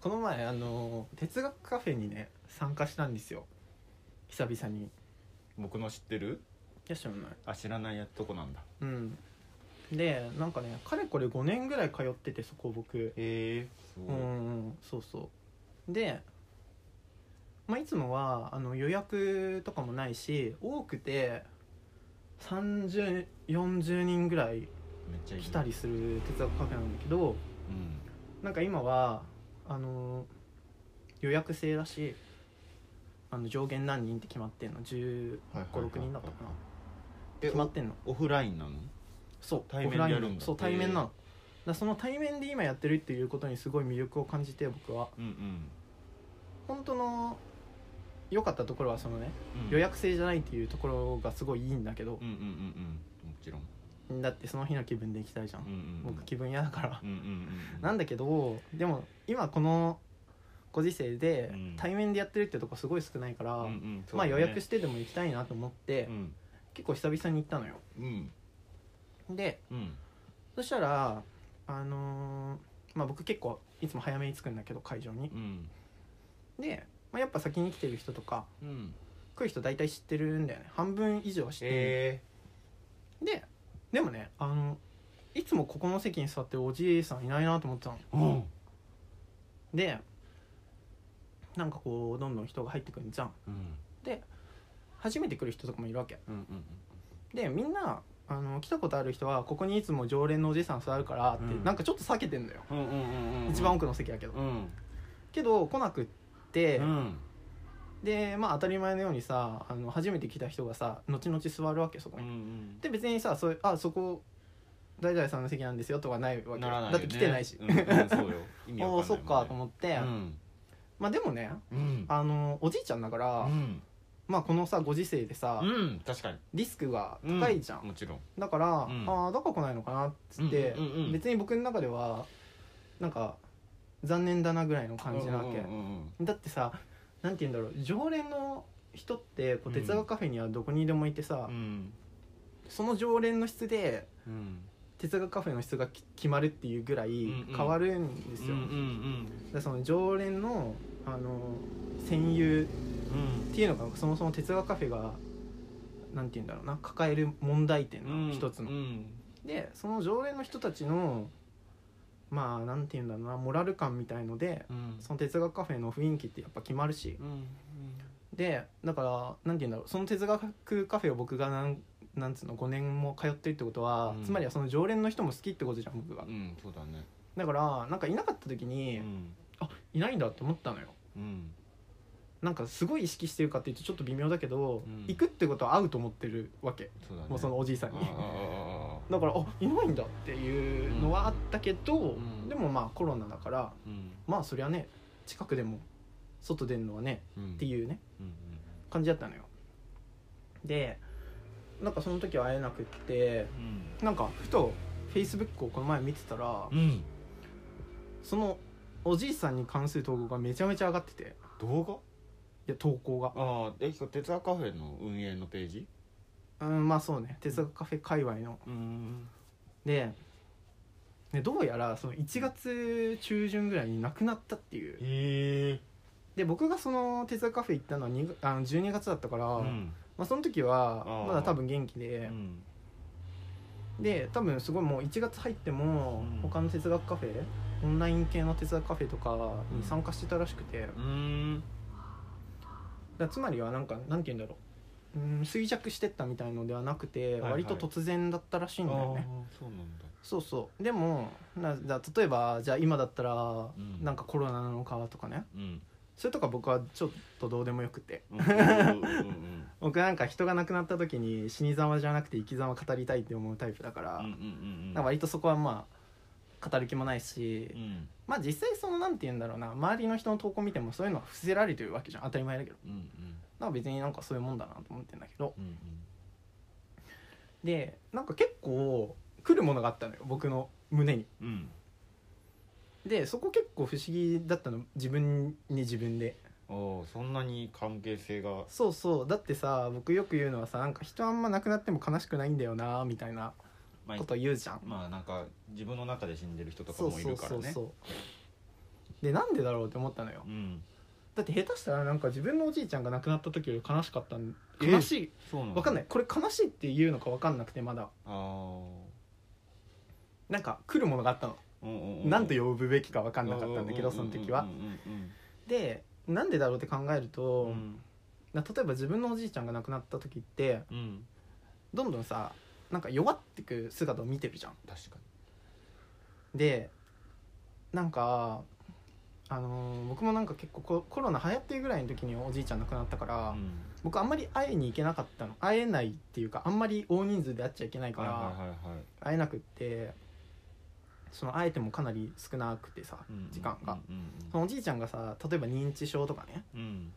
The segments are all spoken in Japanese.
この前あの哲学カフェにね参加したんですよ久々にい僕の知ってるや知らないあ知らないやとこなんだうんでなんかねかれこれ5年ぐらい通っててそこ僕へえすうごい、んうんそうそうで、まあ、いつもはあの予約とかもないし多くて3040人ぐらいめっちゃいい来たりする哲学カフェなんだけどうんなんか今はあの予約制だしあの上限何人って決まってんの1 5 6人だったかなえ決まってんのオフラインなのそう対面オフラインでやるんだそう対面なのだからその対面で今やってるっていうことにすごい魅力を感じて僕はうんうん、本当の良かったところはそのねうん、予約制じゃないっていうところがすごいいいんだけどうんうんうんうんもちろんだってその日の気分で行きたいじゃうんんうん僕気分嫌だからうんうんうんうんなんだけどでも今このご時世でうん対面でやってるってとこすごい少ないから、うんうんそうまだあね予約してでも行きたいなと思って、うん結構久々に行ったのようんでうんそしたらあのーまあ僕結構いつも早めに着くんだけど会場にうんで、まあ、やっぱ先に来てる人とかうん来る人大体知ってるんだよね半分以上は知ってる、えででもねあのいつもここの席に座ってるおじいさんいないなと思ってたのー、うんでなんかこうどんどん人が入ってくるじゃんうん初めて来る人とかもいるわけうんうんでみんなあの来たことある人はここにいつも常連のおじいさん座るからって、うんなんかちょっと避けてんだよ、うんうんうんうん一番奥の席だけど、うんけど来なくって、うんでまあ当たり前のようにさあの初めて来た人がさ後々座るわけそこうに、んで別にさそういうあそこ誰々さんの席なんですよとかないわうけんならないだよっねて来てないし、うんうんそうよ 意味わかんないもんねおおそっかと思って、うんまあでもねうんあのおじいちゃんだから、うんまあこのさご時世でさ、うん確かにリスクが高いじゃん、もちろんだから、んああだから来ないのかなっつって、うんうんうん別に僕の中ではなんか残念だなぐらいの感じなわけ、うんうんうんだってさなんて言うんだろう常連の人ってこううん哲学カフェにはどこにでもいてさ、うんその常連の質でうん哲学カフェの質がき決まるっていうぐらいうんうん変わるんですうんよ、うんだからその常連のあの戦友うんっていうのがそもそも哲学カフェがなんて言うんだろうな抱える問題点うんの一つの、うんでその常連の人たちのまあなんて言うんだろうなモラル感みたいのでうんその哲学カフェの雰囲気ってやっぱ決まるしうんでだからなんて言うんだろうその哲学カフェを僕がなんなんつうの5年も通ってるってことは、うんつまりはその常連の人も好きってことじゃん僕がうんそうだねだからなんかいなかった時うに、んいないんだって思ったのようんなんかすごい意識してるかっていうとちょっと微妙だけど、うん行くってことは合うと思ってるわけそうだねもうそのおじいさんにああああああだからあいないんだっていうのはあったけど、んでもまあコロナだからうんまあそりゃね近くでも外出るのはねうんっていうねうん感じだったのよでなんかその時は会えなくってうんなんかふとフェイスブックをこの前見てたら、うんうんそのおじいさんに関する投稿がめちゃめちゃ上がってて動画いや投稿がああえ哲学カフェの運営のページうんまあそうね哲学カフェ界隈のうんででどうやらその1月中旬ぐらいに亡くなったっていうへえで僕がその哲学カフェ行ったのはにあの12月だったから、うんまあ、その時はあーまだ多分元気で、うんで多分すごいもう1月入ってもうん他の哲学カフェオンライン系の哲学カフェとかに参加してたらしくて、だかうんらつまりはなんかなんて言うんだろううん衰弱してったみたいのではなくて、いはい割と突然だったらしいあんあだよねそうなんだそうそうでもなじゃあ例えばじゃあ今だったらんなんかコロナなのかとかねうんそれとか僕はちょっとどうでもよくてうんうんうん僕なんか人が亡くなった時に死に様じゃなくて生き様語りたいって思うタイプだから、うんうんうんなんか割とそこはまあ語る気もないし、うんまあ実際そのなんて言うんだろうな周りの人の投稿見てもそういうのは伏せられてるわけじゃん当たり前だけどうんうんなんか別になんかそういうもんだなと思ってんだけどうんでなんか結構来るものがあったのよ僕の胸にうんうんでそこ結構不思議だったの自分に自分でおーそんなに関係性がそうそうだってさ僕よく言うのはさなんか人あんま亡くなっても悲しくないんだよなみたいなまあこと言うじゃん、まあなんか自分の中で死んでる人とかそうもいそるうかそらうねそう、でなんでだろうって思ったのようんだって下手したらなんか自分のおじいちゃんが亡くなった時より悲しかったんえ悲しいそうなのわかんないこれ悲しいって言うのかわかんなくてまだああなんか来るものがあったのうんうんうん何と呼ぶべきかわかんなかったんだけどうその時うはんうんでなんでだろうって考えるうと、んな例えば自分のおじいちゃんが亡くなった時ってうんうんどんどんさなんか弱ってく姿を見てるじゃん確かでなんかあのー僕もなんか結構ココロナ流行ってるぐらいの時におじいちゃん亡くなったから、にうん僕あんまり会えに行けなかったの会えないっていうかあんまり大人数で会っちゃいけないかはいら、はいはいはい会えなくってその会えてもかなり少なくてさうんうん時間が、うんそのおじいちゃんがさ例えば認知症とかねうん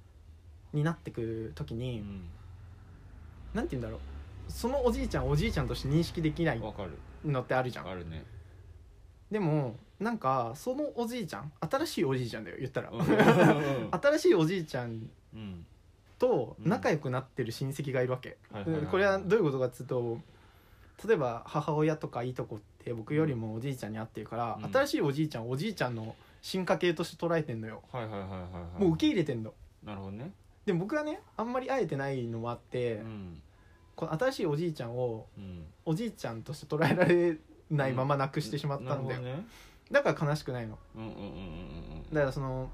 になってく時うに、んなんて言うんだろうそのおじいちゃんをおじいちゃんとして認識できなういんわかるのってあるじゃあんるねでもなんかそのおじいちゃん新しいおじいちゃんだよ言ったら、うんうん新しいおじいちゃんうんと仲良くなってる親戚がいるわけ、はいはいはいこれはどういうことかっつうと例えば母親とかいとこって僕よりもおじいちゃんに会ってるから、うん新しいおじいちゃんをおじいちゃんの進化系として捉えてんのよはいはいはいはいはいもう受け入れてんのなるほどねで僕はねあんまり会えてないのもあって、うんこの新しいおじいちゃんをうんおじいちゃんとして捉えられないままなくしてしまったんだよ、なるほどねだから悲しくないのうんうんうんうんうんうんだからその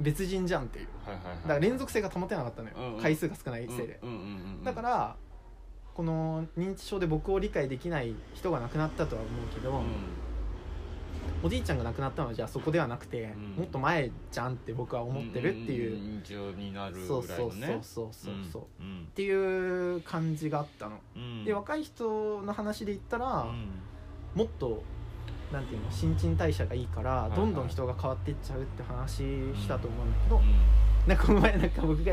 別人じゃんっていうはいはいはいだから連続性が保てなかったのよ、うんうん回数が少ないせいで、うんうんうんうんだからこの認知症で僕を理解できない人が亡くなったとは思うけど、うおじいちゃんが亡くなったのはじゃあそこではなくて、んもっと前じゃんって僕はん思ってるっていう,、んんん印象になるそうぐらいそのうねそうそうそう、っうんていう感じがあったの、うんでうん若い人の話で言ったら、うんもっとなんていうの新陳代謝がいいから、いはいどんどん人が変わっていっちゃうって話したと思うんだけど、うなんかこの前なんか僕が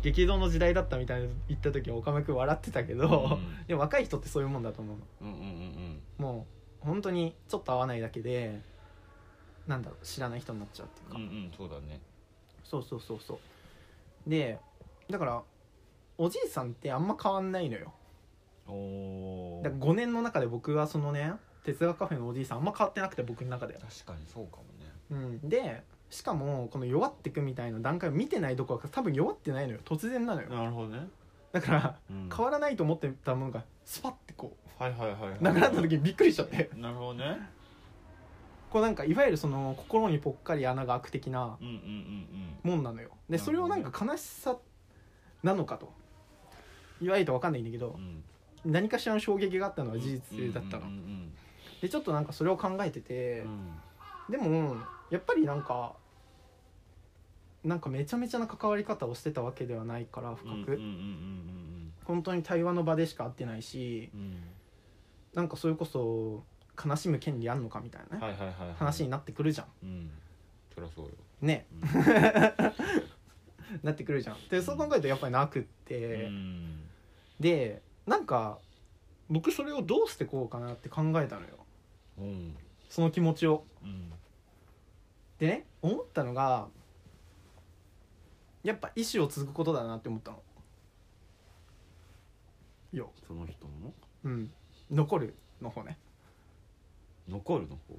激動の時代だったみたいな言った時岡村君笑ってたけど、んでも若い人ってそういうもんだと思うのうんうんうんもう本当にちょっと合わないだけでなんだろう知らない人になっちゃうっていううか、んうんうんそうだねそうそうそうそうでだからおじいさんってあんま変わんないのよおーだから5年の中で僕はそのね哲学カフェのおじいさんあんま変わってなくて僕の中で、確かにそうかもねうん、でしかもこの弱ってくみたいな段階を見てないどころか多分弱ってないのよ突然なのよなるほどねだから変変わらないと思ってたものがスパッてこはいはいはいはいうなくなった時にびっくりしちゃってなるほどねこうなんかいわゆるその心にぽっかり穴が開く的なうんうんうんもんなのよでそれをなんか悲しさなのかと言われると分かんないんだけうどんうん何かしらの衝撃があったのは事実だったうのんうんでちょっとなんかそれを考えててうんうんでもやっぱりなんかなんかめちゃめちゃな関わり方をしてたわけではないからうんうん深うんうんく本当に対話の場でしか会ってないしうんうんなんかそれこそ悲しむ権利あんのかみたいなうんねはいはいはいはい話になってくるじゃうんそりゃそうよんねうん なってくるじゃんでそう考えるとやっぱりなくって、うんでなんか僕それをどうしてこうかなって考えたのようんその気持ちをうんでね思ったのがやっぱ意思を継ぐことだなって思ったのよその人のうん残るの方ね残るの方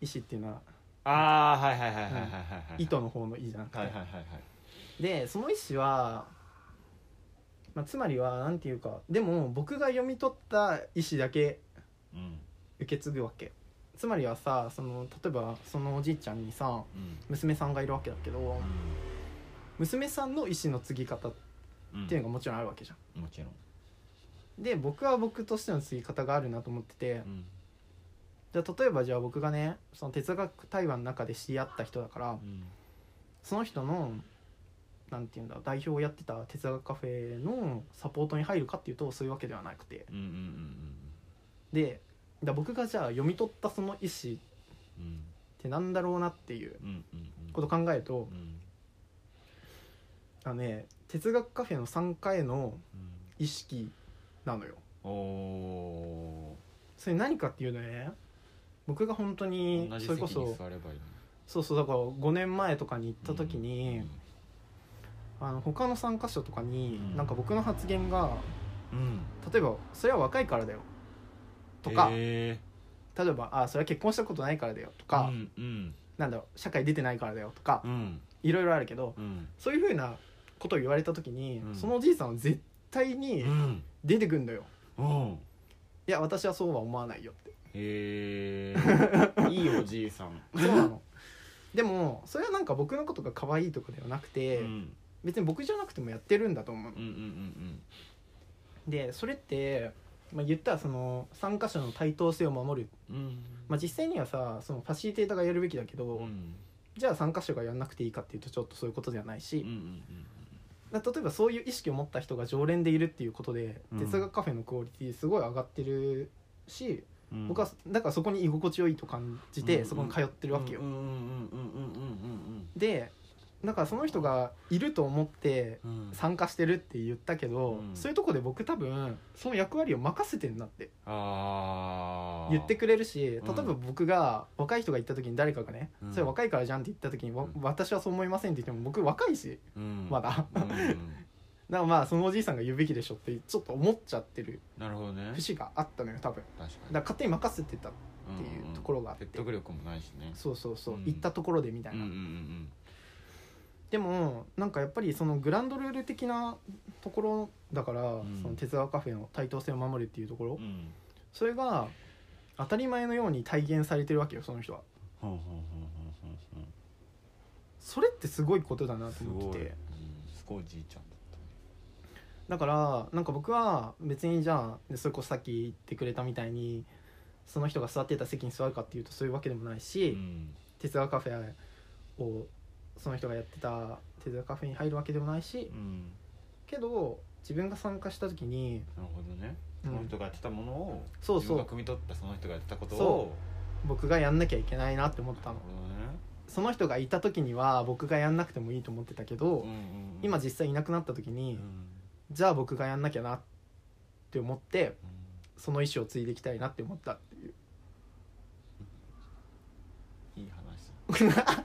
意思っていうのはああはいはいはいはいはいはい糸の方の意じゃなくて、はいはいはいはいでその意思は、まあ、つまりはなんていうかでも僕が読み取った意思だけうん受け継ぐわけつまりはさその例えばそのおじいちゃんにさうん娘さんがいるわけだけど娘さんの意思の継ぎ方っうんていうのがもちろんあるわけじゃもちろんんで僕は僕としての継ぎ方があるなと思っててうんじゃあ例えばじゃあ僕がねその哲学対話の中で知り合った人だからうんその人のなんていうんだ代表をやってた哲学カフェのサポートに入るかっていうとそういうわけではなくてうんうんでだから僕がじゃあ読み取ったその意思っうんうんてなんだろうなっていううんうんうんうんことを考えるとうんあのね哲学カフェの参加へのうん意識なのよおそれ何かっていうとね僕が本当にー同じそれこ席にそ座ればいいのそうそうだから5年前とかに行った時に、あの他の参加者とかに、うんなんか僕の発言がうんうん例えば「それは若いからだよ」とか、へ例えば「あそれは結婚したことないからだよ」とーか、うんうんなんだろう社会出てないからだよとかうんいろいろあるけどうんそういうふうなことを言われた時に、うんそのおじいさんは絶対うにん出てくんだよ、うんいや私はそうは思わないよ ってへえいいおじいさんそうなのでもそれはなんか僕のことが可愛いとかではなくうんて、うん別に僕じゃなくてもやってるんだと思うのうんうんでそれって、まあ、言ったらその参加者の対等性を守る、うんうんまあ、実際にはさそのファシリテーターがやるべきだけど、うんじゃあ参加者がやんなくていいかっていうとちょっとそういうことではないしうんう、んだから例えばそういう意識を持った人が常連でいるっていうことで、うん哲学カフェのクオリティすごい上がってるし、うんうん僕はだからそこに居心地よいと感じて、うんそこに通ってるわけよ、うんうんうんうんうんでだからその人がいると思ってうんうんうん参加してるって言ったけど、うんそういうとこで僕多分その役割を任せてんなってああ言ってくれるし例えんば僕が若い人が言った時に誰かがね、うんそれ若いからじゃんって言った時に、わうん私はそう思いませんって言っても僕若いしうんまだ、うだんかうんらまあそのおじいさんが言うべきでしょってちょっと思っちゃってるなるほど ね節があったのよ多分確かだから勝手に任せてたにっていうところがあってうんうん説得力もないしねそうそうそう、うん行ったところでみたいうんな、うんうんでもなんかやっぱりそのグランドルール的なところだから、んその哲学カフェの対等性を守るっていうところ、うんうんそれが当たり前のように体現されてるわけよその人はほんほんほんほんほんほんそれってすごいことだなとす思っごてい、うんてすごいじいちゃんだったねだからなんか僕は別にじゃあそれこそさっき言ってくれたみたいにその人が座ってた席に座るかっていうとそういうわけでもないし、うん哲学カフェをその人がやってた哲学カフェに入るわけでもないしうんけど自分が参加した時に、なるほどねうそんの人がやってたものをそうそう自分が汲み取ったその人がやってたことそを僕がやんなきゃいけないなって思ったなるのほどねその人がいた時には僕がやんなくてもいいと思ってたけど、うんうんうん今実際いなくなった時うに、んじゃあ僕がやんなきゃなって思ってうんその意思を継いでいきたいなって思ったっていういい話